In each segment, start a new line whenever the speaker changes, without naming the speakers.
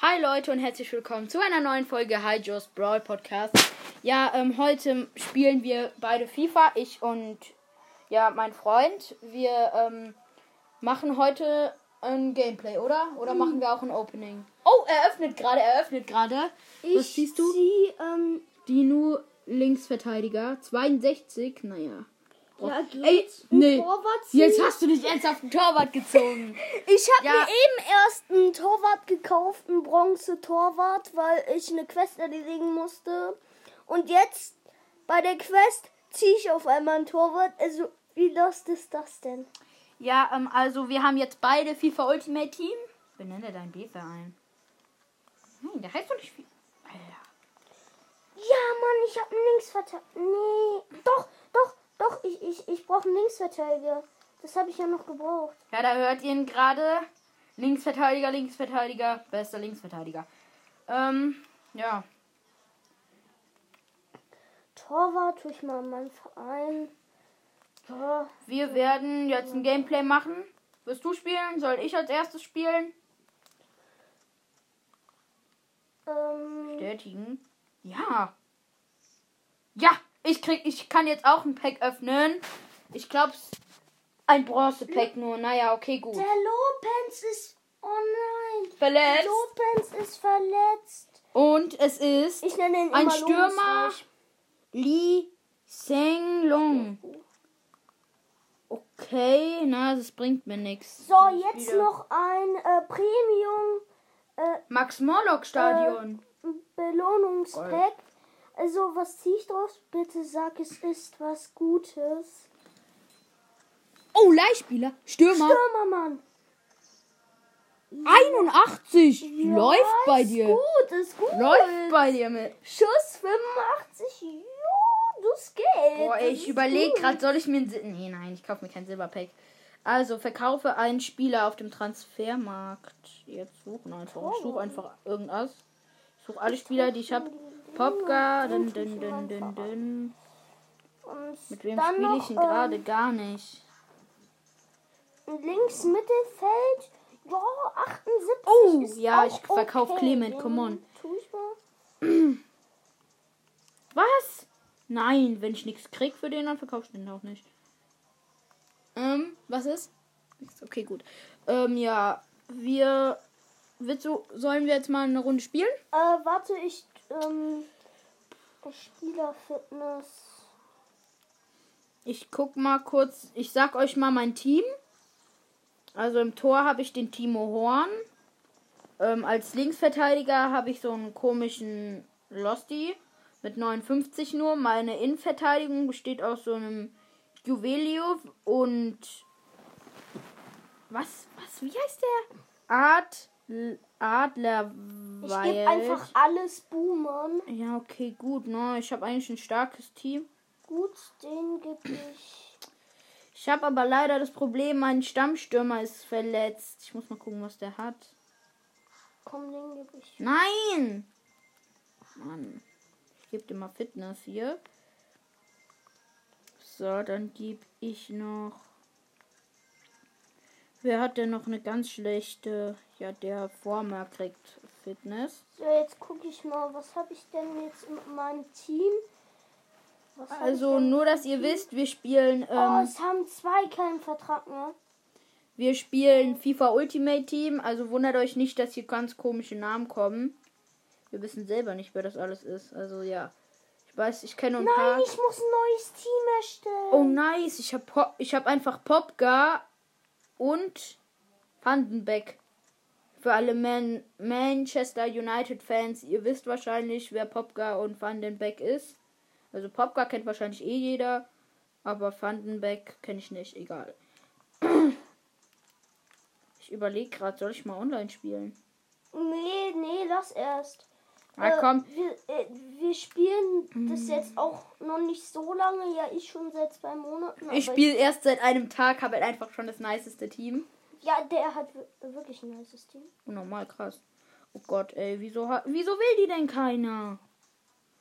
Hi Leute und herzlich willkommen zu einer neuen Folge Hi Joe's Brawl Podcast. Ja, ähm, heute spielen wir beide FIFA, ich und ja, mein Freund. Wir ähm, machen heute ein Gameplay, oder? Oder machen wir auch ein Opening? Mhm. Oh, er öffnet gerade, er öffnet gerade. Was siehst du?
Sieh, ähm,
Dino, Linksverteidiger, 62, naja.
ja,
Ey,
geht's? Ein
nee.
Torwart ziehen?
Jetzt hast du dich ernsthaft einen Torwart gezogen.
ich habe
Ja.
mir eben erst einen Torwart gekauft, einen Bronze-Torwart, weil ich eine Quest erledigen musste. Und jetzt bei der Quest ziehe ich auf einmal einen Torwart. Also, wie lost ist das denn?
Ja, ähm, also wir haben jetzt beide FIFA Ultimate Team. Benenne deinen B-Verein. Nein, der heißt doch nicht FIFA. Alter.
Ja, Mann, ich habe einen Linksverteidiger. Nee, doch, doch, doch, ich, ich, ich brauche einen Linksverteidiger. Das habe ich ja noch gebraucht.
Ja, da hört ihr ihn gerade. Linksverteidiger, Linksverteidiger, bester Linksverteidiger. Ähm, ja.
Torwart tue ich mal in meinem Verein. Ja.
Wir werden jetzt ein Gameplay machen. Wirst du spielen? Soll ich als erstes spielen?
Ähm,
Bestätigen. Ja. Ja, ich krieg, ich kann jetzt auch ein Pack öffnen. Ich glaub's. Ein Bronze-Pack nur. Naja, okay, gut.
der Lopez ist. Oh nein.
Verletzt.
Lopez ist verletzt.
Und es ist
Ich nenne ihn immer
ein
Lopez,
Stürmer.
weil ich-
Li Senglong. Okay, na, das bringt mir nichts.
So, jetzt noch ein äh, Premium
Max Morlock Stadion.
Belohnungspack. Also, was ziehe ich drauf? Bitte sag, es ist was Gutes.
Oh, Leihspieler. Stürmer.
Stürmermann.
81.
Ja,
Läuft bei
ist
dir.
Gut, ist gut.
Läuft bei dir mit.
Schuss 85. Jo, das geht.
Boah,
Das
ey, ich
ist
überlege
gut.
gerade, soll ich mir ein. Sil- Nee, nein, ich kaufe mir kein Silberpack. Also, verkaufe einen Spieler auf dem Transfermarkt. Jetzt suchen einfach. Ich
Oh.
suche einfach irgendwas. Ich suche alle Spieler, die ich habe. Popgar. Dun, dun, dun, dun, dun.
Und
Mit wem
dann
spiele ich
noch,
denn
ähm,
gerade? Gar nicht.
Links Mittelfeld. Ja, 78.
Oh,
ist
ja,
auch
ich verkauf
okay.
Clement,
Den
come on.
tu ich mal.
Was? Nein, wenn ich nichts krieg für den, dann verkaufst du den auch nicht. Ähm, was ist? Nix, Okay, gut. Ähm, ja, wir. Willst du, sollen wir jetzt mal eine Runde spielen?
Äh, warte, ich. Ähm, Spielerfitness.
Ich guck mal kurz. Ich sag euch mal mein Team. Also im Tor habe ich den Timo Horn. Ähm, als Linksverteidiger habe ich so einen komischen Losty mit 59 nur. Meine Innenverteidigung besteht aus so einem Juvelio und was was wie heißt der? Art Adler
Ich gebe einfach alles Boomern.
Ja, okay, gut, ne? Ich habe eigentlich ein starkes Team.
Gut, den gebe ich.
Ich habe aber leider das Problem, mein Stammstürmer ist verletzt. Ich muss mal gucken, was der hat.
Komm, den gebe ich.
Nein! Mann. Ich gebe dir mal Fitness hier. So, dann gebe ich noch. Wer hat denn noch eine ganz schlechte? Ja, der Former kriegt Fitness.
So, jetzt gucke ich mal, was habe ich denn jetzt in meinem Team? Was hab ich
Also
denn?
nur, dass ihr wisst, wir spielen,
Oh,
ähm,
es haben zwei keinen Vertrag mehr.
wir spielen FIFA Ultimate Team. Also wundert euch nicht, dass hier ganz komische Namen kommen. Wir wissen selber nicht, wer das alles ist. Also ja, ich weiß, ich kenne ein paar.
Nein, ich muss ein neues Team erstellen.
Oh nice, ich habe Pop, ich habe einfach Popgar und Vandenbeck. Für alle Man Manchester United Fans, ihr wisst wahrscheinlich, wer Popgar und Vandenbeck ist. Also Popgar kennt wahrscheinlich eh jeder, aber Vandenbeck kenne ich nicht, egal. Ich überlege gerade, soll ich mal online spielen?
Nee, nee, lass erst.
Na komm, Hm.
Wir, äh, wir spielen das jetzt auch noch nicht so lange. Ja, ich schon seit zwei Monaten.
ich
aber
spiele erst seit einem Tag, habe halt einfach schon das niceste Team.
Ja, der hat wir- wirklich ein neues Team.
Normal krass. Oh Gott, ey, wieso ha- wieso will die denn keiner?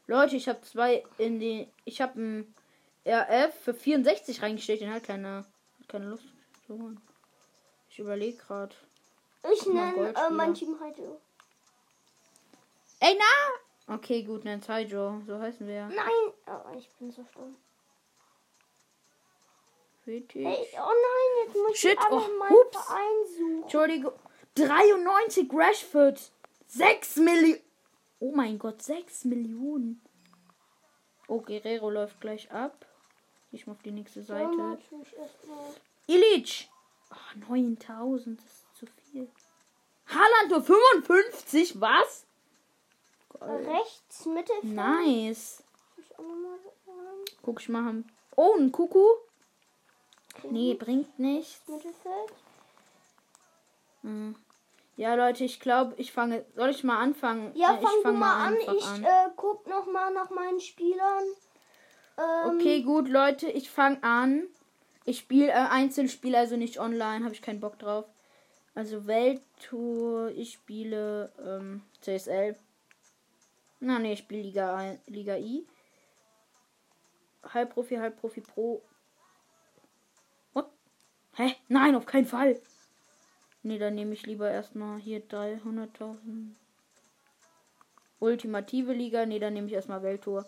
Leute, ich habe zwei in den ich habe ein RF für 64 reingestellt, den hat keiner. Hat keine Lust zu holen. Ich überlege gerade.
Ich
Mal
nenne äh,
Goldspieler.
mein Team heute.
Ey, na! Okay, gut, dann Joe. So heißen wir ja.
Nein! Oh, ich bin so stumm. Ey,
Fetisch.
oh nein, jetzt muss
Shit,
ich aber
oh,
meinen
ups.
Verein suchen.
Entschuldigung. 93 Rashford. 6 Millionen. Oh mein Gott, 6 Millionen. Oh, Guerrero läuft gleich ab. Ich mach die nächste
Ja,
Seite.
ich mich erst mal-
Illich. Ah, 9000, das ist zu viel. Haaland nur 55, was? Gold.
Rechts, Mittelfeld.
Nice.
muss ich auch noch mal sagen.
Guck ich mal. haben- Oh, ein Kuku. Nee, bringt nichts.
Mittelfeld.
Hm. Ja, Leute, ich glaube, ich fange. Soll ich mal anfangen?
Ja,
Äh, ich
fang du
fang
mal an.
einfach
Ich Äh, guck noch mal nach meinen Spielern. Ähm,
Okay, gut, Leute, ich fange an. Ich spiele äh, Einzelspiel, also nicht online, habe ich keinen Bock drauf. Also Welttour, ich spiele ähm, CSL. Na ne, ich spiele Liga, ein- Liga I. Halbprofi, Halbprofi Pro. What? Hä? Nein, auf keinen Fall. Ne, dann nehme ich lieber erstmal hier 300.000. Ultimative Liga, ne, dann nehme ich erstmal Welttour.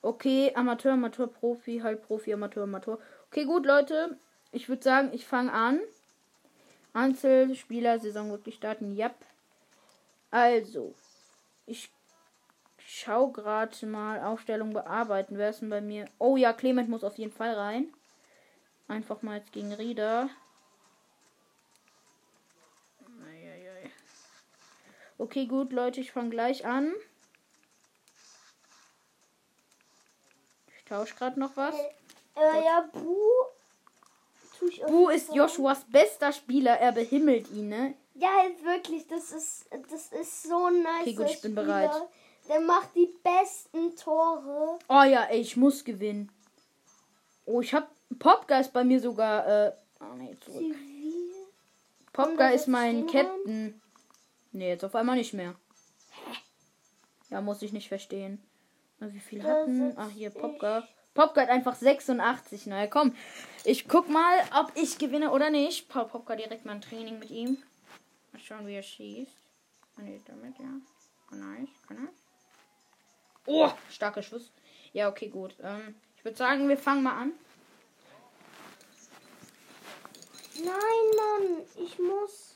Okay, Amateur, Amateur, Profi, halb Profi, Amateur, Amateur. Okay, gut, Leute. Ich würde sagen, ich fange an. Einzelspieler, Saison wirklich starten. Yep. Also, ich schau gerade mal Aufstellung bearbeiten. Wer ist denn bei mir? Oh ja, Clement muss auf jeden Fall rein. Einfach mal jetzt gegen Rieder. Eieiei. Okay, gut, Leute, ich fange gleich an. Ich tausche gerade noch was.
Äh, ja, Bu. Tu ich auch
Bu
noch
ist
so.
Joshuas bester Spieler. Er behimmelt ihn, ne?
Ja, halt wirklich. Das ist, das ist so ein nice.
Okay, gut, ich bin bereit.
Spieler. Der macht die besten Tore.
Oh ja, ey, ich muss gewinnen. Oh, ich hab Popgeist bei mir sogar. Äh, oh nee, zurück.
Zivil.
Popgeist ist
setzt
mein
den rein?
Captain. Nee, jetzt auf einmal nicht mehr. Ja, muss ich nicht verstehen. Na, Wie viel
Da
hatten?
sitz
Ach, hier,
ich.
Popgeist. Popgeist einfach 86. Na ja, komm. Ich guck mal, ob ich gewinne oder nicht. Pau Popgeist direkt mal ein Training mit ihm. Mal schauen, wie er schießt. Ah, Nee, damit, ja. Oh, nice. Kann er? Oh, starker Schuss. Ja, okay, gut. Ähm, ich würde sagen, wir fangen mal an.
Nein, Mann, ich muss.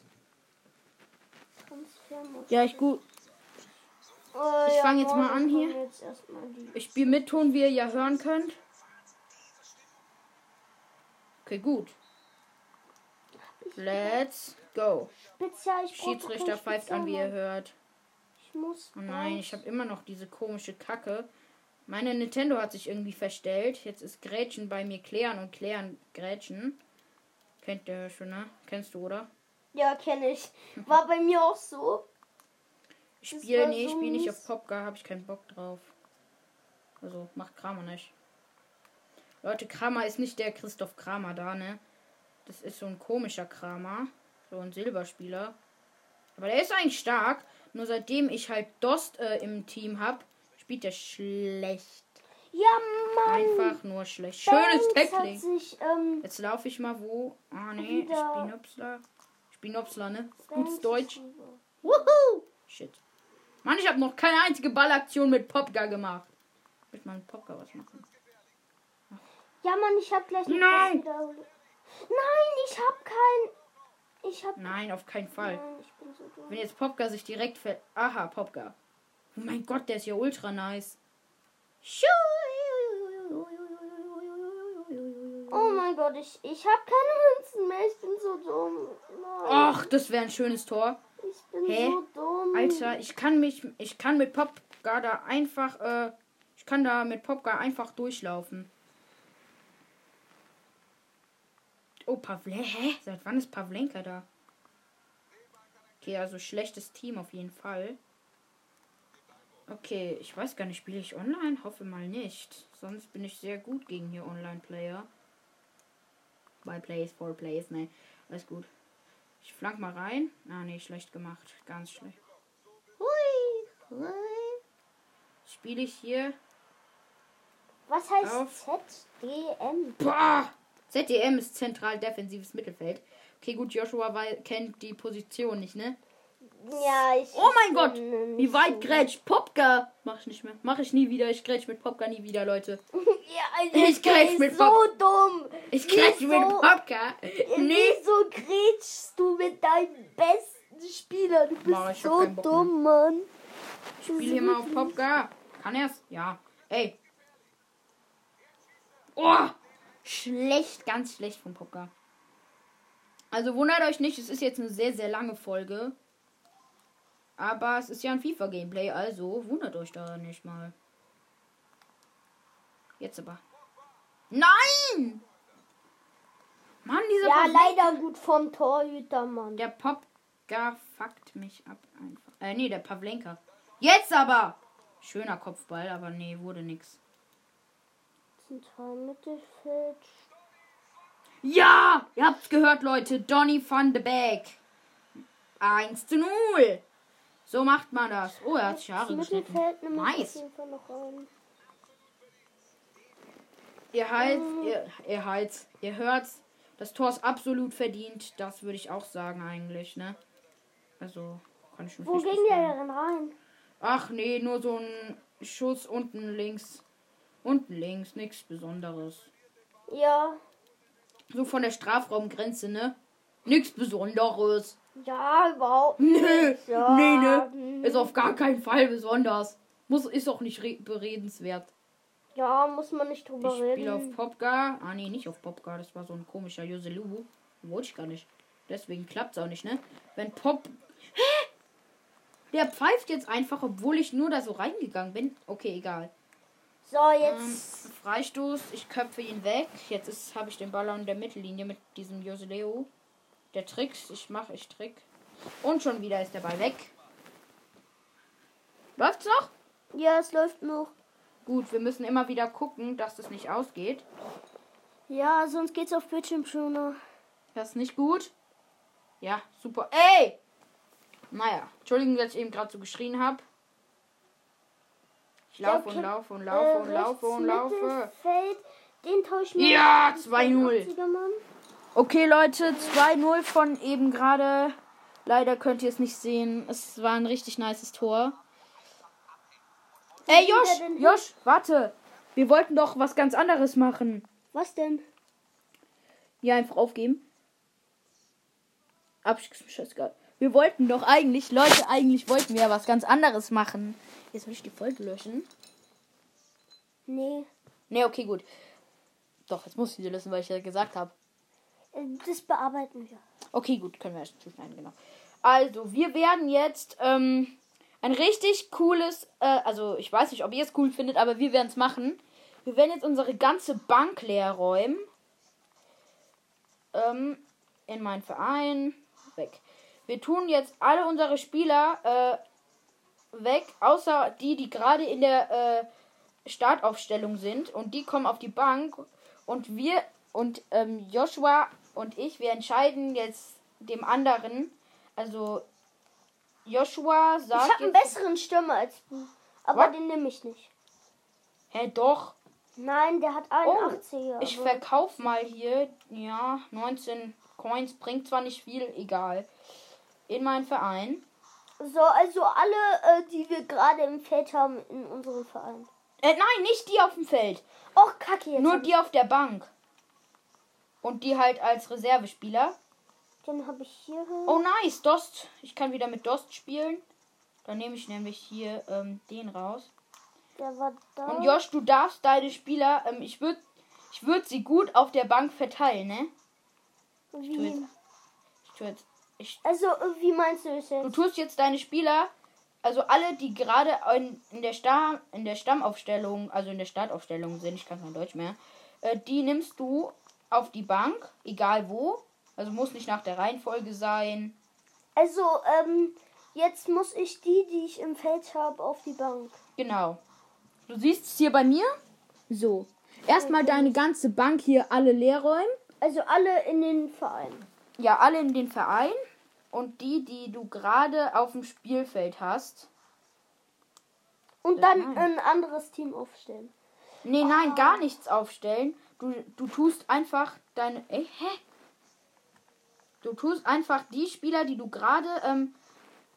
Transfer muss.
Ja, ich gut.
Äh,
ich fang jetzt
morgen
mal an
kommen
hier.
Jetzt erstmal die.
Ich spiele mit Ton, wie ihr ja hören könnt. Okay, gut. Let's go.
Spitzer, ich brauche
Schiedsrichter
keinen
pfeift an, wie ihr
Spitzer, Mann.
hört.
Ich muss.
Oh nein, ich habe immer noch diese komische Kacke. Meine Nintendo hat sich irgendwie verstellt. Jetzt ist Gretchen bei mir klären und klären Gretchen. Kennt ihr schon, ne? Kennst du, oder?
Ja, kenne ich. War bei mir auch so.
Ich
Das
spiele
war
nee, ich
so
spiele nicht
mies.
auf Popgar, habe ich keinen Bock drauf. Also macht Kramer nicht. Leute, Kramer ist nicht der Christoph Kramer da, ne? Das ist so ein komischer Kramer, so ein Silberspieler. Aber der ist eigentlich stark, nur seitdem ich halt Dost äh, im Team hab, spielt der schlecht.
Ja, Mann.
Einfach nur schlecht. Schönes
Banks hat
Tackling.
sich, ähm,
Jetzt laufe ich mal wo. Ah nee, ich
Wieder.
bin Nopsler. Ich bin Nopsler, ne?
Banks
Gutes Deutsch.
ist rüber.
Wuhu! Shit. Mann, ich habe noch keine einzige Ballaktion mit Popka gemacht. Mit meinem Popka was machen.
Ja, Mann, ich hab gleich eine
Nein.
Wiederholung. Nein, ich hab kein. Ich hab.
Nein, auf keinen Fall.
Nein, ich bin so dumm.
Wenn jetzt Popka sich direkt ver... Aha, Popka. Oh mein Gott, der ist ja ultra nice. Schu-
Oh mein Gott, ich, ich hab keine Münzen mehr. Ich bin so dumm. Nein,
Ach, das wäre ein schönes Tor.
ich bin
Oh. hä?
so dumm.
Alter, ich kann mich... Ich kann mit Popka da einfach... Äh, ich kann da mit Popka einfach durchlaufen. Oh, Pavle... Hä? Seit wann ist Pavlenka da? Okay, also schlechtes Team auf jeden Fall. Okay, ich weiß gar nicht, spiele ich online? Hoffe mal nicht. Sonst bin ich sehr gut gegen hier Online-Player. By Plays, for Plays, ne. Alles gut. Ich flank mal rein. Ah, nee, schlecht gemacht. Ganz schlecht. Hui, hui. Spiele ich hier.
Was heißt
Auf.
ZDM?
Boah! ZDM ist zentral defensives Mittelfeld. Okay, gut, Joshua wei- kennt die Position nicht, ne?
Ja, ich.
Oh mein Gott,
Hm,
wie weit
so.
grätscht Popka? Mach ich nicht mehr. Mach ich nie wieder. Ich grätsch mit Popka nie wieder, Leute.
Ja, also
Ich grätsch
ist
mit
so
Pop-
dumm.
Ich grätsch
Wieso-
mit Popka. Nee.
Wieso grätschst du mit deinem besten Spieler? Du bist
Mara, ich hab
so
keinen Bock mehr.
dumm, Mann.
Spiel hier mal auf Popka. Kann er's? Ja. Ey. Oh. Schlecht, ganz schlecht von Popka. Also wundert euch nicht, es ist jetzt eine sehr, sehr lange Folge. Aber es ist ja ein FIFA-Gameplay, also wundert euch da nicht mal. Jetzt aber. Nein! Mann, dieser
Ja,
Pop-
leider gut vom Torhüter, Mann.
Der Popka fuckt mich ab einfach. Äh, nee, der Pavlenka. Jetzt aber! Schöner Kopfball, aber nee, wurde nix.
Zentral Mittelfeld.
Ja! Ihr habt's gehört, Leute. Donny van de Beek. 1 zu 0. So macht man das. Oh, er hat sich Haare geschnitten.
Mittelfeld nimmt auf
Nice.
jeden Fall noch ein.
Ihr Hals, ihr, ihr Hals, ihr hört's. Das Tor ist absolut verdient. Das würde ich auch sagen eigentlich, ne? Also, kann ich schon
Wo ging der denn rein?
Ach nee, nur so ein Schuss unten links. Unten links, nichts Besonderes.
Ja,
So von der Strafraumgrenze, ne? Nichts Besonderes.
ja, überhaupt
Nö,
nicht. Ja,
nee, ne?
hm.
Ist auf gar keinen Fall besonders. Muss, ist auch nicht re- beredenswert.
Ja, muss man nicht drüber
Ich spiele auf
reden.
Popka. Ah nee, nicht auf Popka. Das war so ein komischer Joselu. Wollte ich gar nicht. Deswegen klappt's auch nicht, ne? Wenn Pop. Hä? Der pfeift jetzt einfach, obwohl ich nur da so reingegangen bin. Okay, egal.
So,
Ähm,
jetzt.
Freistoß, ich köpfe ihn weg. Jetzt ist- habe ich den Ball an der Mittellinie mit diesem Joseleo. Der Tricks, ich mache, ich trick. Und schon wieder ist der Ball weg. Läuft's noch?
Ja, es läuft noch.
Gut, wir müssen immer wieder gucken, dass das nicht ausgeht.
Ja, sonst geht's auf Bildschirmschoner.
Das ist nicht gut. Ja, super. Ey! Naja, Entschuldigung, dass ich eben gerade so geschrien habe. Ich
Ja,
laufe und
okay. Äh,
laufe und laufe und laufe und laufe.
Feld, den täuschen
Ja,
Das ist
2-0.
der 80er Mann.
Okay, Leute, 2-0 von eben gerade. Leider könnt ihr es nicht sehen. Es war ein richtig nices Tor. Ey,
wir
Josh,
denn hin?
Josh, warte. Wir wollten doch was ganz anderes machen.
Was denn?
Ja, einfach aufgeben. Abschlussscheißegal. Wir wollten doch eigentlich, Leute, eigentlich wollten wir ja was ganz anderes machen. Jetzt will ich die Folge löschen.
Nee.
Ne, okay, gut. Doch, jetzt muss ich sie löschen, weil ich ja gesagt habe.
äh, Das bearbeiten wir.
Okay, gut, können wir erst zuschneiden, genau. Also, wir werden jetzt ähm, ein richtig cooles, äh, also ich weiß nicht, ob ihr es cool findet, aber wir werden es machen. Wir werden jetzt unsere ganze Bank leer räumen. Ähm, in meinen Verein. Weg. Wir tun jetzt alle unsere Spieler äh, weg, außer die, die gerade in der äh, Startaufstellung sind. Und die kommen auf die Bank. Und wir und ähm, Joshua und ich, wir entscheiden jetzt dem anderen. Also Joshua sagt.
ich habe einen
jetzt-
besseren Stürmer als du. Aber
Was?
den nehme ich nicht.
Hä, doch.
Nein, der hat 81er.
Oh, Ich
aber-
verkauf mal hier, ja, 19 Coins bringt zwar nicht viel, egal. In meinen Verein.
So, also alle, äh, die wir gerade im Feld haben in unserem Verein.
Äh, nein, nicht die auf dem Feld.
Och, kacke jetzt.
Nur
hab
die auf der Bank. Und die halt als Reservespieler.
ich, den habe ich hier.
Oh, nice, Dost. Ich kann wieder mit Dost spielen. Dann nehme ich nämlich hier ähm, den raus.
Der war da.
Und Josh, du darfst deine Spieler, ähm, ich würde ich würd sie gut auf der Bank verteilen, ne? Tu jetzt-
wie,
Ich tu jetzt, ich
also, äh, wie meinst du es
Du
jetzt?
tust jetzt deine Spieler, also alle, die gerade in, in, der Stamm, in der Stammaufstellung, also in der Startaufstellung sind, ich kann kein Deutsch mehr, äh, die nimmst du auf die Bank, egal wo. Also muss nicht nach der Reihenfolge sein.
Also, ähm, jetzt muss ich die, die ich im Feld habe, auf die Bank.
Genau. Du siehst es hier bei mir. So. Erstmal deine ganze Bank hier alle leer räumen.
Also alle in den Verein.
Ja, alle in den Verein. Und die, die du gerade auf dem Spielfeld hast.
Und
Ja,
dann
nein.
ein anderes Team aufstellen.
Nee, nein, gar nichts aufstellen. Du, du tust einfach deine. äh, Ey, hä? Du tust einfach die Spieler, die du gerade ähm,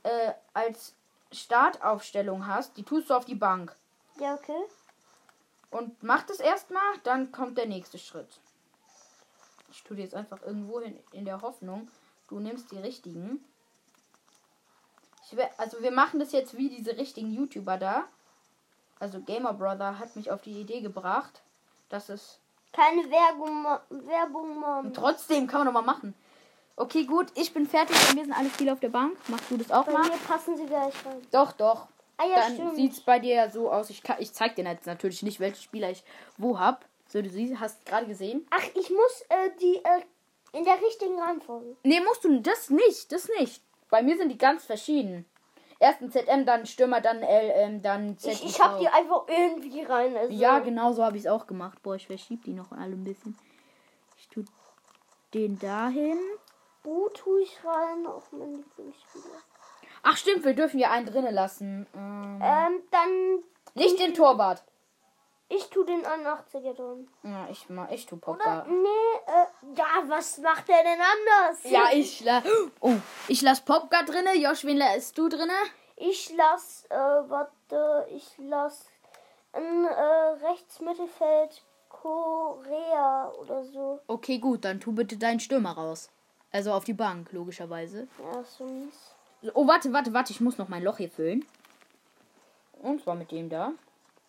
äh, als Startaufstellung hast, die tust du auf die Bank.
Ja, okay.
Und mach das erstmal, dann kommt der nächste Schritt. Ich tue die jetzt einfach irgendwo hin, in der Hoffnung, du nimmst die richtigen. Ich wär, also wir machen das jetzt wie diese richtigen YouTuber da. Also Gamer Brother hat mich auf die Idee gebracht, dass es
Keine Werbung, ma- Werbung Mom.
Und trotzdem kann man noch mal machen. Okay, gut, ich bin fertig. Bei mir sind alle Spiele auf der Bank. Machst du das auch
Bei
mal?
mir passen sie gleich rein.
Doch, doch.
Ah ja,
Dann
stimmt.
sieht's bei dir ja so aus. Ich, kann, ich zeig dir jetzt natürlich nicht, welche Spieler ich wo hab. So, du siehst, hast gerade gesehen.
Ach, ich muss äh, die äh, in der richtigen Reihenfolge.
Nee, musst du das nicht, das nicht. Bei mir sind die ganz verschieden. Erst ein ZM, dann Stürmer, dann LM, dann ZM.
Ich, ich hab die einfach irgendwie rein. Also.
Ja, genau so habe ich es auch gemacht. Boah, ich verschieb die noch alle ein bisschen. Ich tu den dahin.
Wo tue ich rein? Auch mein Lieblingsspieler.
Ach stimmt, wir dürfen ja einen drinnen lassen. Ähm,
Ähm, dann.
nicht den Torwart.
Ich tue den 81er drin.
Ja, ich mach, ich tu
Oder?
Pogba.
Nee, äh, ja, was macht der denn anders?
Ja, ich la oh, ich lass Popka drinne. Josh, wen lässt du drinne?
Ich lass, äh, warte, ich lass ein äh, Rechtsmittelfeld Korea oder so.
Okay, gut, dann tu bitte deinen Stürmer raus. Also auf die Bank, logischerweise.
Ja, ist so mies.
Oh, warte, warte, warte, ich muss noch mein Loch hier füllen. Und zwar mit dem da.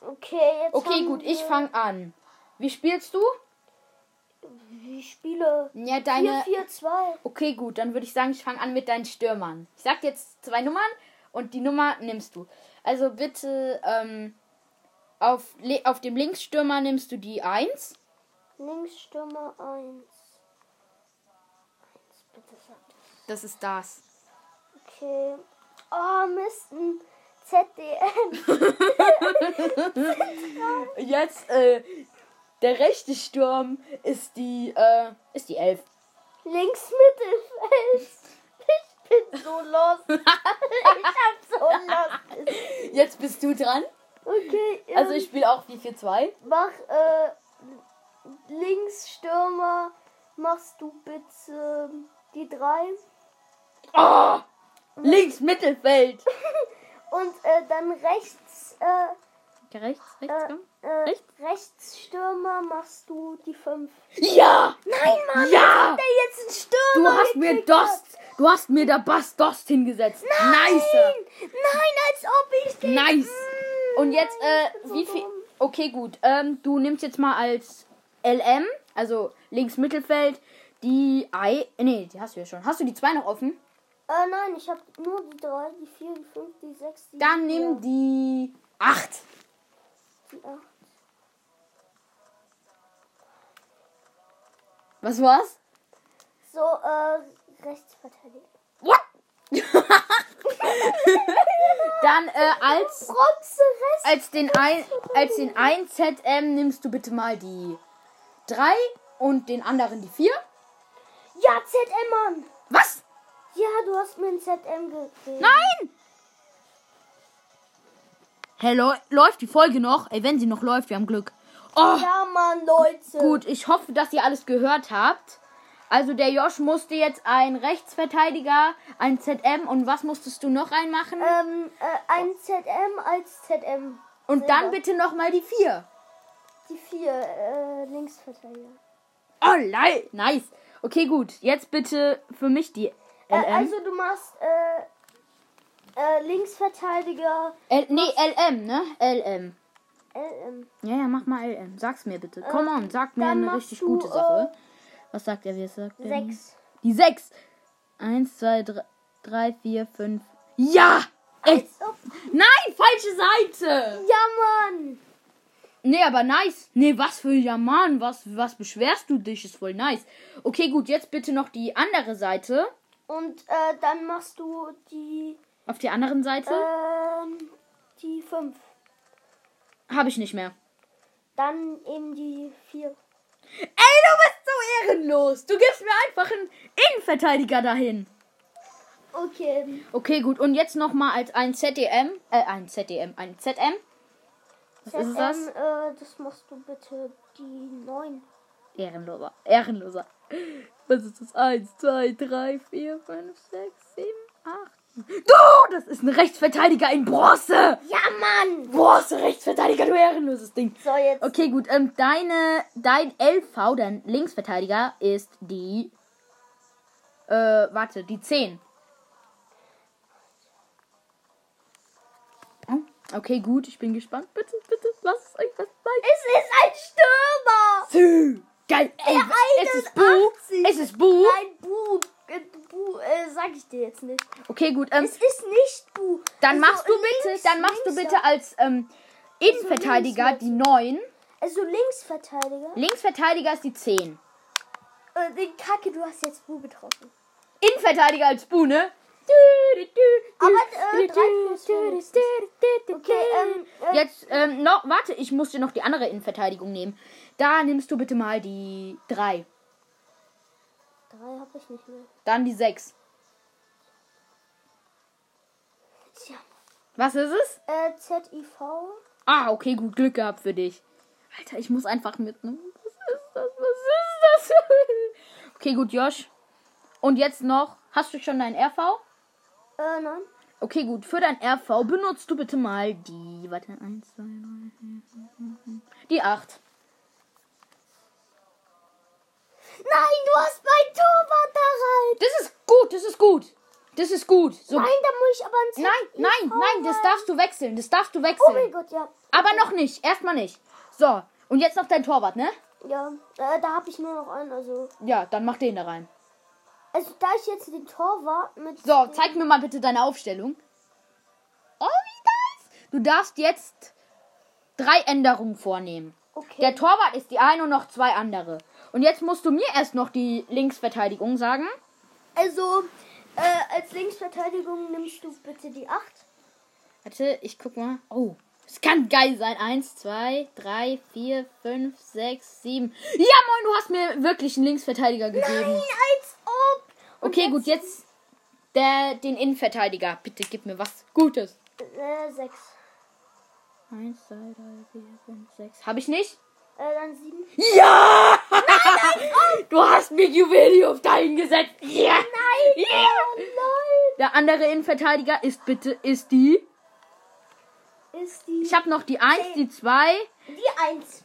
Okay, jetzt.
Okay,
haben
gut,
wir-
ich fang an. Wie spielst du?
Wie spiele?
Ja,
4,
deine.
4, 2.
Okay, gut, dann würde ich sagen, ich fange an mit deinen Stürmern. Ich sag dir jetzt zwei Nummern und die Nummer nimmst du. Also bitte, ähm, auf, le- auf dem Linksstürmer nimmst du die 1.
Linksstürmer 1. 1, bitte sag das.
Das ist das.
Okay. Oh, Mist, ein ZDM.
Jetzt, äh, der rechte Sturm ist die, äh, ist die Elf.
Linksmittelfeld. Ich bin so los. ich hab so los.
Jetzt bist du dran.
Okay, ähm,
Also ich spiele auch 4-4-2.
mach äh, Linksstürmer. Machst du bitte die 3.
Oh! Links, Mittelfeld.
Und äh, dann rechts. Äh,
Rechts,
äh, äh,
Rechts?
Rechtsstürmer machst du die 5.
Ja! Nein, Mann! Ja!
Der jetzt ein
Du
Stürmer.
hast mir
gekriegt
Dost, du hast mir da Bass Dost hingesetzt. Nice!
Nein, als ob ich den.
Nice! Und jetzt, äh,
bin so
wie viel...
dumm.
Okay, gut. Ähm, du nimmst jetzt mal als LM, also links Mittelfeld, die I... Nee, die hast du ja schon. Hast du die zwei noch offen?
Äh, nein, ich habe nur die 3, die 4, die 5, die 6, die
Dann nimm die 8.
die 8.
Was war's?
So, äh, Rechtsverteidiger.
What? Dann äh, als
Bronze Rest.
als den ein als den 1 ZM nimmst du bitte mal die 3 und den anderen die 4.
Ja, ZM, Mann.
Was?
Ja, du hast mir ein ZM gegeben.
Nein! Hey, läu- läuft die Folge noch? Ey, wenn sie noch läuft, wir haben Glück. Oh,
Ja, Mann, Leute.
Gut, ich hoffe, dass ihr alles gehört habt. Also der Josh musste jetzt einen Rechtsverteidiger, ein ZM und was musstest du noch reinmachen?
Ähm, äh, ein ZM als ZM.
und dann
selber.
bitte nochmal die vier.
Die 4, äh, Linksverteidiger.
Oh, lei- nice. Okay, gut. Jetzt bitte für mich die LM.
Äh, also, du machst, äh, äh, Linksverteidiger
L nee, LM, ne? LM.
LM.
Ja, ja, mach mal LM. Sag's mir bitte. Come on, sag mir
Äh, dann
eine
machst
richtig
du,
gute
äh,
Sache. Was sagt er? Wie sagt er?
6.
Die sechs. Eins, zwei, drei, drei vier, fünf. Ja! Ey, nein, falsche Seite!
Ja, Mann.
Nee, aber nice. Nee, was für ja Mann, was, was beschwerst du dich? Ist voll nice. Okay, gut, jetzt bitte noch die andere Seite.
Und, äh, dann machst du die,
Auf der anderen Seite
ähm, die 5. Äh.
habe ich nicht mehr.
Dann eben die 4.
Ey, du bist so ehrenlos. Du gibst mir einfach einen Innenverteidiger dahin.
Okay.
Okay, gut. Und jetzt nochmal als ein ZDM. Äh, ein ZDM. Ein ZM. Was
ZM,
ist das?
Äh, das machst du bitte die 9.
Ehrenloser. Ehrenloser. Was ist das? Eins, zwei, drei, vier, fünf, sechs, sieben, acht, Du, das ist ein Rechtsverteidiger in Bronze.
Ja, Mann!
Bronze, Rechtsverteidiger, du ehrenloses Ding.
So, jetzt.
Okay, gut. Ähm, deine, dein LV, dein Linksverteidiger, ist die. Äh, warte, die 10. Hm? Okay, gut, ich bin gespannt. Bitte, bitte, lass es euch was zeigen.
Es ist ein Stürmer!
Sü. Geil, ey, es ist Bu.
81.
Es ist Bu.
Nein, Bu. äh, Bu, äh, sag ich dir jetzt nicht.
Okay, gut. Ähm,
Es ist nicht Bu.
dann
Also
machst du bitte,
links-
dann machst du
links-
bitte als ähm, Innenverteidiger
links-
die 9.
Also Linksverteidiger.
Linksverteidiger ist die 10.
Äh, den Kacke, du hast jetzt Bu getroffen.
Innenverteidiger als Bu, ne?
Aber, äh, drei plus fünf. Okay, ähm, äh,
Jetzt, ähm, noch, warte, ich muss dir noch die andere Innenverteidigung nehmen. Da nimmst du bitte mal die 3.
Drei hab ich nicht mehr.
Dann die 6.
Tja.
Was ist es?
Äh, ZIV.
Ah, okay, gut, Glück gehabt für dich. Alter, ich muss einfach mitnehmen. Was ist das? Was ist das? okay, gut, Josh. Und jetzt noch, hast du schon dein RV?
Äh, nein.
Okay, gut, für dein RV benutzt du bitte mal die, warte, 1, 2, 3, die 8.
Nein, du hast mein Torwart da rein.
Das ist gut, das ist gut. Das ist gut. So,
Nein, da muss ich aber ein ZIV
nein, nein, nein, das
rein.
darfst du wechseln, das darfst du
Oh mein
wechseln.
Gott, ja.
Aber noch nicht, erstmal nicht. So, und jetzt noch dein Torwart, ne?
Ja, äh, da habe ich nur noch einen. Also,
Ja, dann mach den da rein.
also da ich jetzt den Torwart mit.
So, zeig mir mal bitte deine Aufstellung. Oh, wie nice. Du darfst jetzt drei Änderungen vornehmen.
Okay.
Der Torwart ist die eine und noch zwei andere. Und jetzt musst du mir erst noch die Linksverteidigung sagen.
also, äh, als Linksverteidigung nimmst du bitte die 8.
Warte, ich guck mal. Oh, es kann geil sein. Eins, zwei, drei, vier, fünf, sechs, sieben. Ja, moin, du hast mir wirklich einen Linksverteidiger gegeben.
Nein, als ob. Und
okay, gut, jetzt der, den Innenverteidiger. Bitte gib mir was Gutes.
Äh, 6.
Eins, zwei, drei, vier, fünf, sechs. Hab ich nicht?
Äh, dann 7.
Ja! Oh. Du hast mir Juwelium dahin gesetzt. Ja! Nein!
Oh nein.
Der andere Innenverteidiger ist bitte, ist die.
Ist die.
Ich habe noch die 1, die 2.
die 1.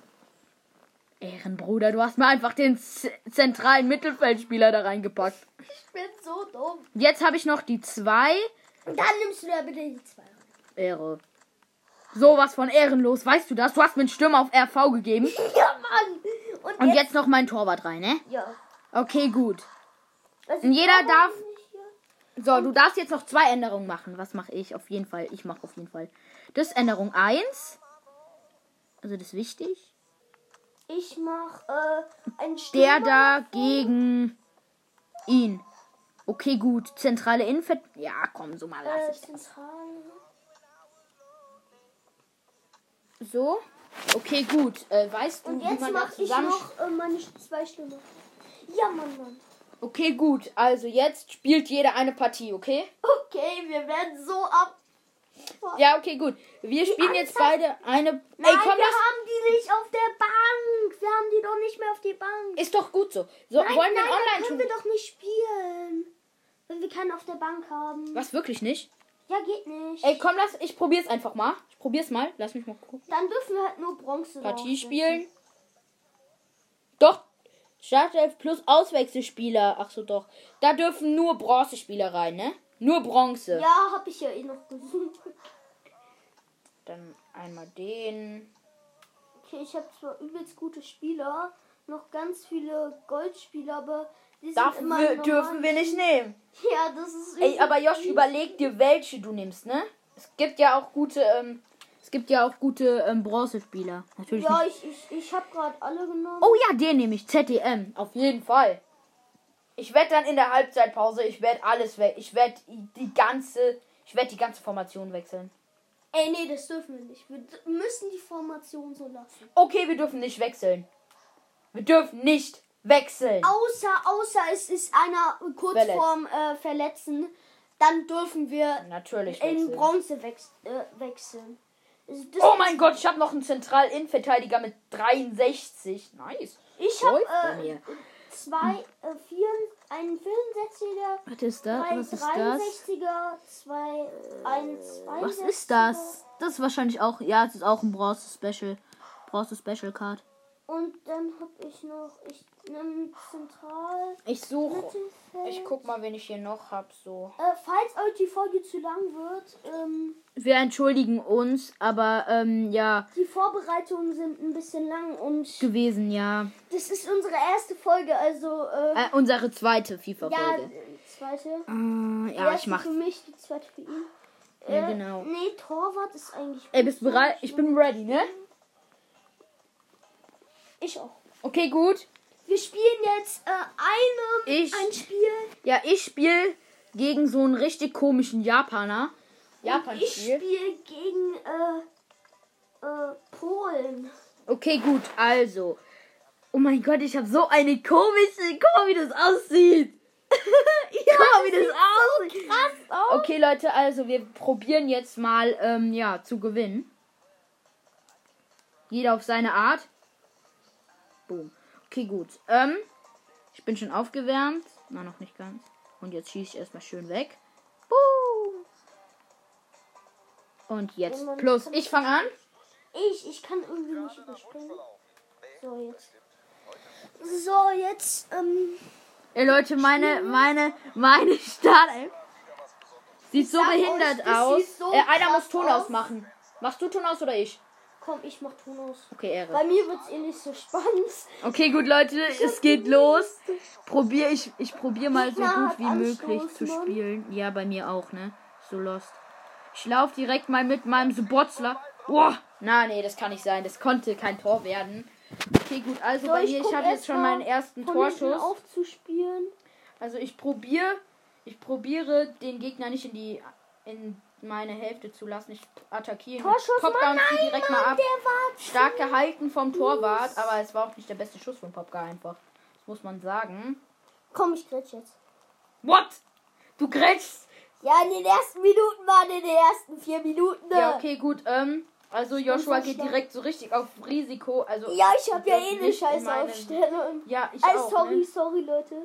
Ehrenbruder, du hast mir einfach den z- zentralen Mittelfeldspieler da reingepackt.
Ich bin so dumm.
Jetzt habe ich noch die 2.
Und dann nimmst du da bitte die 2.
Ehre. Sowas von ehrenlos, weißt du das? Du hast mir einen Stürmer auf RV gegeben.
Ja, Mann. Und,
Und jetzt noch meinen Torwart rein, ne?
Ja.
Okay, gut.
Also,
Und jeder
Torwart
darf-
ist nicht hier.
So, du darfst jetzt noch zwei Änderungen machen. Was mache ich? Auf jeden Fall. Ich mache auf jeden Fall. Das ist Änderung 1. Also das ist wichtig.
Ich mach, äh, einen
Der
Stürmer.
da gegen ihn. Okay, gut. Zentrale Infet. Ja, komm, so mal lass
Äh,
ich das.
zentral.
So. Okay, gut. Äh, weißt du,
Und
wie
jetzt
man das
mache ich
zusammen...
noch äh, meine zwei Stimmen. Ja, Mann, Mann.
Okay, gut. Also jetzt spielt jeder eine Partie, okay?
Okay, wir werden so ab.
Ja, okay, gut. Wir spielen jetzt beide eine...
Nein,
Ey, komm,
wir
lass...
haben die nicht auf der Bank. Wir haben die doch nicht mehr auf die Bank.
Ist doch gut so. So,
nein,
wollen wir ein
nein, dann
online tun?
können wir doch nicht spielen. Wenn wir keinen auf der Bank haben.
Was, wirklich nicht?
Ja, geht nicht.
Ey, komm, lass, ich probier's einfach mal. Ich probier's mal. Lass mich mal gucken.
Dann dürfen wir halt nur Bronze
Partie
draufsetzen.
spielen. Doch. Startelf plus Auswechselspieler. Ach so, doch. Da dürfen nur Bronzespieler rein, ne? Nur Bronze.
Ja, hab ich ja eh noch gesehen.
Dann einmal den.
Okay, ich habe zwar übelst gute Spieler, noch ganz viele Goldspieler, aber die
Darf
sind immer
wir,
normal-
dürfen wir nicht nehmen.
Ja, das ist
Ey, aber Josh,
übelst
überleg dir, welche du nimmst, ne? Es gibt ja auch gute, ähm, es gibt ja auch gute ähm, Bronzespieler. Natürlich.
Ja,
nicht.
ich, ich, ich habe gerade alle genommen.
Oh ja, den nehme ich. ZDM. Auf jeden Fall. Ich werde dann in der Halbzeitpause, ich werde alles weg. Ich werde die ganze, ich werde die ganze Formation wechseln.
Ey, nee, das dürfen wir nicht. Wir d- müssen die Formation so lassen.
Okay, wir dürfen nicht wechseln. Wir dürfen nicht wechseln.
Außer, außer es ist einer kurz
Verletzt.
vorm äh, Verletzen, dann dürfen wir
Natürlich
in
wechseln.
Bronze wechs äh, wechseln. Also das-
Oh mein Gott, ich habe noch einen Zentralinnenverteidiger mit 63. Nice.
Ich
läuft bei
habe
mir.
äh, zwei, äh, vier, ein 65er,
Was ist das?
ein
Was ist das?
63er, zwei, äh, ein 62er.
Was ist das? Das ist wahrscheinlich auch. Ja, es ist auch ein Bronze Special. Bronze Special Card.
Und dann habe ich noch, ich nehme zentral.
Ich suche.
Mittelfeld.
guck mal, wen ich hier noch hab. So.
Äh, falls euch die Folge zu lang wird, ähm,
Wir entschuldigen uns, aber ähm, ja,
die Vorbereitungen sind ein bisschen lang und
gewesen, ja.
das ist unsere erste Folge, also äh,
Äh, unsere zweite
ja,
FIFA-Folge.
äh, zweite.
Äh,
Die
ja, ich
erste
mach.
Für mich, die zweite für ihn. Äh,
Ja, genau.
Nee, Torwart ist eigentlich.
Ey,
gut.
bist du bereit? Ich bin ready, ne?
Ich auch.
Okay, gut.
Wir spielen jetzt äh, eine,
Ich-
ein Spiel.
Ja, ich spiele gegen so einen richtig komischen Japaner.
ich
Japan-Spiel.
spiele gegen äh, äh, Polen.
Okay, gut, also. Oh mein Gott, ich habe so eine komische. Guck mal, wie das aussieht. Guck mal, wie das
Oh,
aussieht.
Was?
Okay, Leute, also wir probieren jetzt mal, ähm, ja, zu gewinnen. Jeder auf seine Art. Boom. Okay, gut. Ähm, ich bin schon aufgewärmt. Na, noch nicht ganz. Und jetzt schieße ich erstmal schön weg. Boom. Und jetzt plus. Ich fange an.
Ich, ich kann irgendwie nicht überspringen. So, jetzt. So, jetzt, ähm,
Ey, Leute, meine, meine, meine Startelf sieht so
sag euch,
behindert
das
aus.
sieht so
äh, einer
krass
muss Ton
aus.
ausmachen. Machst du Ton aus oder ich?
komm, ich mach Ton aus.
Okay, Ehre.
Bei mir wird's eh nicht so spannend.
Okay, gut, Leute, es geht los. Probier, ich, ich probiere mal so
Gegner
gut wie
hat
möglich
Anstoß,
zu
Mann.
spielen. Ja, bei mir auch, ne? So lost. Ich laufe direkt mal mit meinem Subotzler. Boah! Na, nee, das kann nicht sein. Das konnte kein Tor werden. Okay, gut, also
So,
bei
ich
mir, ich
guck
habe jetzt
erst
schon
mal
meinen ersten
Von hinten
Torschuss.
aufzuspielen.
Also ich probiere, ich probiere den Gegner nicht in die in meine Hälfte zu lassen. Ich attackiere. ihn.
Torschuss, Mann,
Popgarn zieht
nein,
direkt mal
Mann,
ab.
der war
Stark gehalten vom Torwart, aber es war auch nicht der beste Schuss von Popka einfach. Das muss man sagen.
Komm, ich grätsch jetzt.
What? Du grätschst?
Ja, in den ersten Minuten waren in den ersten vier Minuten. ne?
Ja, okay, gut. Ähm, also Joshua
unfassbar.
geht direkt so richtig auf Risiko. Also
Ja, ich hab ja
dürfen
eh eine
nicht
scheiß
in meine-
Aufstellung.
Ja, ich
Ey,
auch.
sorry,
Ne?
sorry, Leute.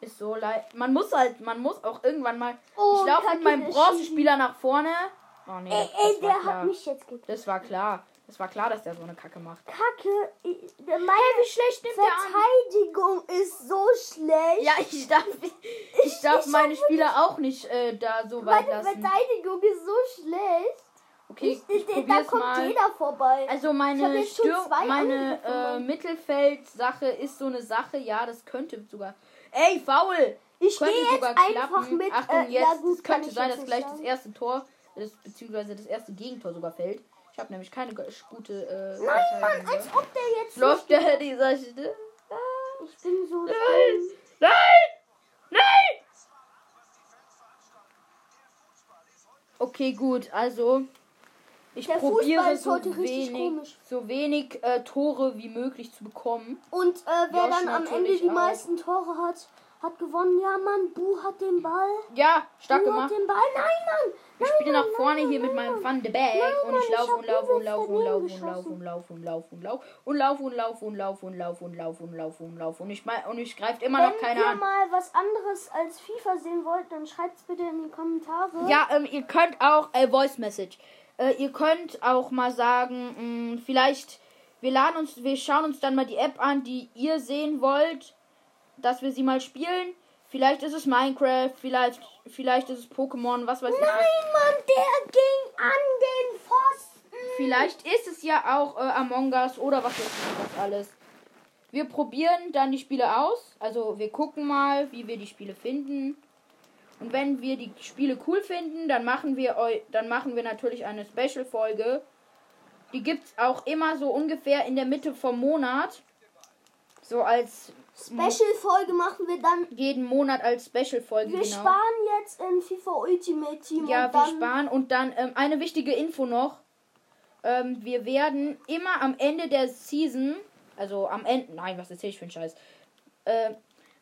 Ist so leid. Man muss halt, man muss auch irgendwann mal.
Oh,
ich laufe
Kacke,
mit meinem
der
Bronzespieler nach vorne. Oh nee, das,
Ey, ey
das war
der
klar.
hat mich jetzt gekriegt.
Das war klar. Das war klar, dass der so eine Kacke macht.
Kacke. ich- Meine
schlecht
Verteidigung ist so schlecht.
Ja, ich darf, ich darf
ich
meine Spieler auch nicht äh, da so weit
Meine
lassen.
Verteidigung ist so schlecht.
Okay,
Ich-
ich
ich- da
probier's
kommt
mal.
jeder vorbei.
Also
Ich hab
meine
jetzt schon
Stürm,
zwei
meine
Angriffe,
äh,
Mann.
Mittelfeldsache ist so eine Sache. Ja, das könnte sogar. Ey, faul!
ich
Könnte
gehe jetzt
sogar
einfach
klappen.
mit.
Achtung,
äh,
jetzt
ja, gut,
es
kann
könnte
ich
sein,
jetzt
dass
nicht
gleich das
sagen.
erste Tor, das, beziehungsweise das erste Gegentor sogar fällt. Ich habe nämlich keine go- gute. Äh,
Nein, Mann,
Verteidigung.
als ob der jetzt.
Läuft
nicht-
der dieser. Sch-
Ich bin so.
Nein!
dumm.
Nein! Nein! Okay, gut, also. Ich
Der Fußball
probiere
ist
so
heute richtig
wenig,
komisch.
so wenig äh, Tore wie möglich zu bekommen.
Und äh, wer
Josh
dann am Ende
natürlich
die
auch.
meisten Tore hat, hat gewonnen. Ja, Mann, Bu hat den Ball.
Ja, stark
Bu hat
gemacht.
den Ball. Nein, Mann.
Ich
nein,
spiele nach
Mann,
vorne
nein,
hier mit
nein,
meinem
Mann.
Van de Beek
Nein,
und ich
Mann,
laufe
ich
und laufe
hab
und laufe und laufe
übelst
und laufe und laufe und laufe und laufe und laufe und laufe und laufe und laufe und laufe und laufe und laufe und ich mein, und ich greift immer noch
Wenn
keiner
ihr
an.
mal was anderes als FIFA sehen wollt, dann schreibt es bitte in die Kommentare.
Ja, ähm, ihr könnt auch äh, Voice Message. Äh, ihr könnt auch mal sagen, mh, vielleicht wir laden uns, wir schauen uns dann mal die App an, die ihr sehen wollt, dass wir sie mal spielen. Vielleicht ist es Minecraft, vielleicht, vielleicht ist es Pokémon, was weiß ich. was.
Nein, Mann, der ging an den Pfosten.
Vielleicht ist es ja auch äh, Among Us oder was weiß ich was alles. Wir probieren dann die Spiele aus. Also wir gucken mal, wie wir die Spiele finden. Und wenn wir die Spiele cool finden, dann machen wir eu dann machen wir natürlich eine Special Folge. Die gibt's auch immer so ungefähr in der Mitte vom Monat. So als Hm.
Special-Folge machen wir dann.
jeden Monat als Special Folge
Wir
genau.
sparen jetzt in FIFA Ultimate Team.
Ja,
und
wir
dann
sparen. Und dann ähm, eine wichtige Info noch. Ähm, wir werden immer am Ende der Season, also am Ende, nein, was erzähl ich für einen Scheiß. Ähm,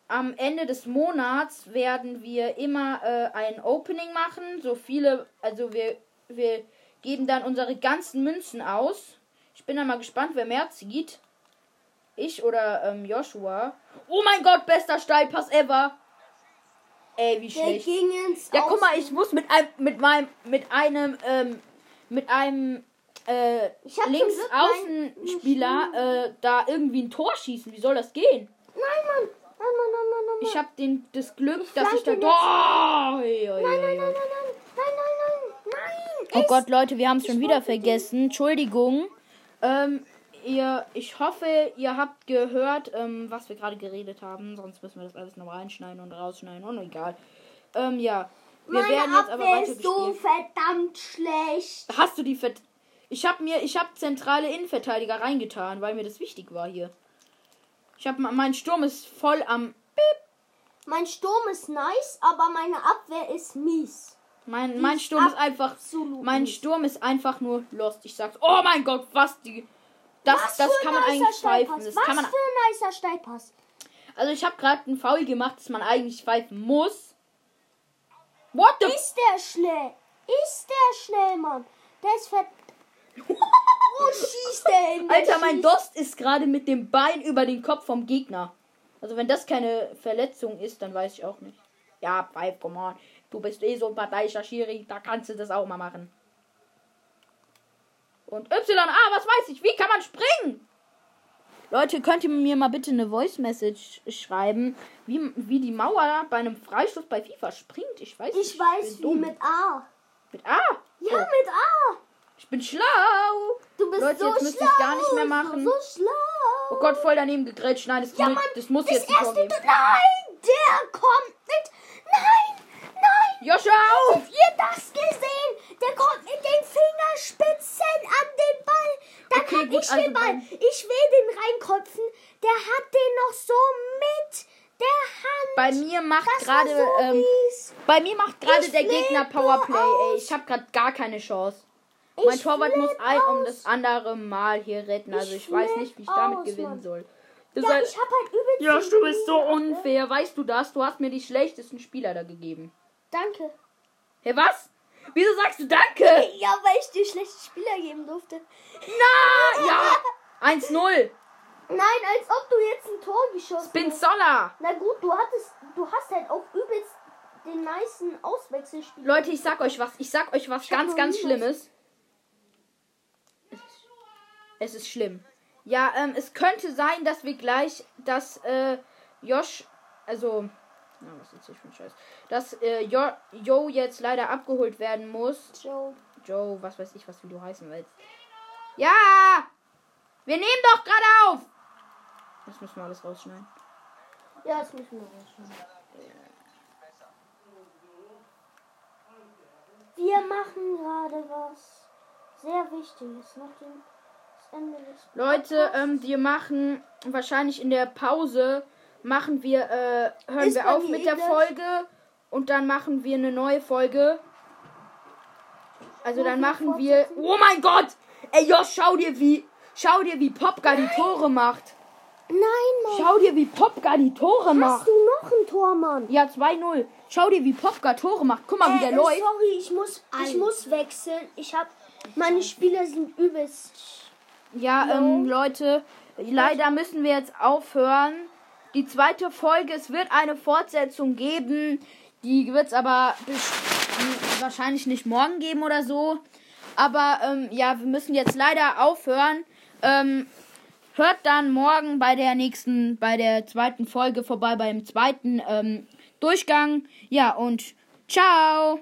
am Ende des Monats werden wir immer äh, ein Opening machen. So viele, also wir, wir geben dann unsere ganzen Münzen aus. Ich bin dann mal gespannt, wer mehr zieht. Ich oder ähm, Joshua. Oh mein Gott, bester Steilpass ever. Ey, wie
Der
schlecht.
ging ins
Ja, guck mal, ich muss mit einem, mit meinem, mit einem, ähm, mit einem, äh,
Ich hab zum Glück
Linksaußenspieler, äh, da irgendwie ein Tor schießen. Wie soll das gehen?
Nein, Mann. Nein, Mann, nein, Mann, nein, Mann.
Ich hab den, das Glück, dass ich da.
flanke
Oh, oi, oi,
Nein, nein,
oi, oi.
nein, nein, nein, nein, nein, nein, nein.
Oh
Ich-
Gott, Leute, wir haben es schon wieder
wollte den-
vergessen. Entschuldigung. Ähm, ihr, ich hoffe, ihr habt gehört, ähm, was wir gerade geredet haben. Sonst müssen wir das alles noch reinschneiden und rausschneiden. Und egal. Ähm, ja. Wir werden
Meine
jetzt aber
Abwehr
weiter
ist so
gespielt.
verdammt schlecht.
Hast du die Vert Ich hab mir, ich hab zentrale Innenverteidiger reingetan, weil mir das wichtig war hier. Ich hab ma- mein Sturm ist voll am
Mein Sturm ist nice, aber meine Abwehr ist mies.
mein mein Sturm ist einfach
Absolut.
mein
mies.
Sturm ist einfach nur lost. Ich sag's. Oh mein Gott, was die das
Was
das
für ein
kann man
nicer
eigentlich pfeifen.
Steilpass.
Das
Was
kann man
für ein nicer Steilpass.
Also ich hab gerade einen Foul gemacht, dass man eigentlich pfeifen muss. What the
Ist der schnell? Ist der schnell, Mann? Der ist ver... Wo schießt der hin? Der
Alter, mein
schießt-
Dost ist gerade mit dem Bein über den Kopf vom Gegner. Also wenn das keine Verletzung ist, dann weiß ich auch nicht. Ja, Pfeif, come on. Du bist eh so ein parteiischer Schiri, da kannst du das auch mal machen. Und Y, ah, was weiß ich, wie kann man springen? Leute, könnt ihr mir mal bitte eine Voice Message schreiben, wie, wie die Mauer bei einem Freistoß bei FIFA springt? Ich weiß
Ich
bin
weiß, wie
dumm.
mit A.
mit Ah,
Ja, mit A.
ich bin schlau.
Du bist
Leute,
so
jetzt müsste
schlau.
ich's gar nicht mehr machen.
So, so schlau.
Oh Gott, voll daneben gegrätscht. Nein, das,
Ja,
muss-
Mann,
das muss
das
jetzt ein Tor
erste.
geben.
Nein, der kommt nicht. Nein, nein.
Joscha, auf!
Habt ihr das gesehen? Der kommt mit den Fingerspitzen an den Ball. Dann
Okay,
hab
gut,
ich
also
den Ball.
dann-
Ich will den reinköpfen. Der hat den noch so mit der
Bei
Hand.
mir macht
das war
gerade
so
ähm,
mies.
bei mir macht gerade
Ich
der Gegner
flippe
Powerplay. Ey,
aus.
ich habe gerade gar keine Chance.
Ich
mein Torwart muss
flipp
ein um
aus.
das andere Mal hier retten. Also ich,
Ich
weiß
flipp
nicht, wie ich damit
aus,
gewinnen
Mann.
soll. Das
Ja,
halt-
ich hab halt übel.
Josh, du bist so unfair. Weißt du das? Du hast mir die schlechtesten Spieler da gegeben.
Danke.
Hey, was? Wieso sagst du Danke?
Ja, weil ich dir schlechte Spieler geben durfte.
Na, Ah, ja. 1-0.
Nein, als ob du jetzt ein Tor geschossen
Bin
hast.
Soller.
Na gut, du hattest, du hast halt auch übelst den nicen Auswechselspieler.
Leute, ich sag euch was. Ich sag euch was
hab
ganz,
noch
ganz
nie
Schlimmes. Es ist schlimm. Ja, ähm, es könnte sein, dass wir gleich, dass äh, Josh, also, na, was ist das für ein Scheiß? Dass äh, jo, Joe jetzt leider abgeholt werden muss.
Joe.
Joe, was weiß ich, was wie du heißen willst. Ja! Wir nehmen doch gerade auf! Das müssen wir alles rausschneiden.
Ja, das müssen wir rausschneiden. Wir machen gerade was sehr Wichtiges nach dem das Ende des
Leute,
Podcasts.
ähm, wir machen wahrscheinlich in der Pause machen wir äh, hören
Ist
wir
bei
auf
mir
mit
eh
der
gleich.
Folge und dann machen wir eine neue Folge. Also
Ja,
dann
wir
machen wir
fortsetzen.
Oh mein Gott! Ey Josh, schau dir wie schau dir wie Popka die Tore macht.
Nein, Mann.
Schau dir wie Popka die Tore
Hast
macht.
du noch ein Tor, Mann?
Ja, 2-0. Schau dir wie Popka Tore macht. Guck mal, wie der
Äh,
läuft.
Sorry, ich muss, ich
Ein.
muss wechseln. Ich hab, meine Spieler sind übelst
Ja, ähm, Leute, leider müssen wir jetzt aufhören. Die zweite Folge, es wird eine Fortsetzung geben. Die wird es aber best- wahrscheinlich nicht morgen geben oder so. Aber ähm, ja, wir müssen jetzt leider aufhören. Ähm, hört dann morgen bei der nächsten, bei der zweiten Folge vorbei, beim zweiten ähm, Durchgang. Ja, und ciao.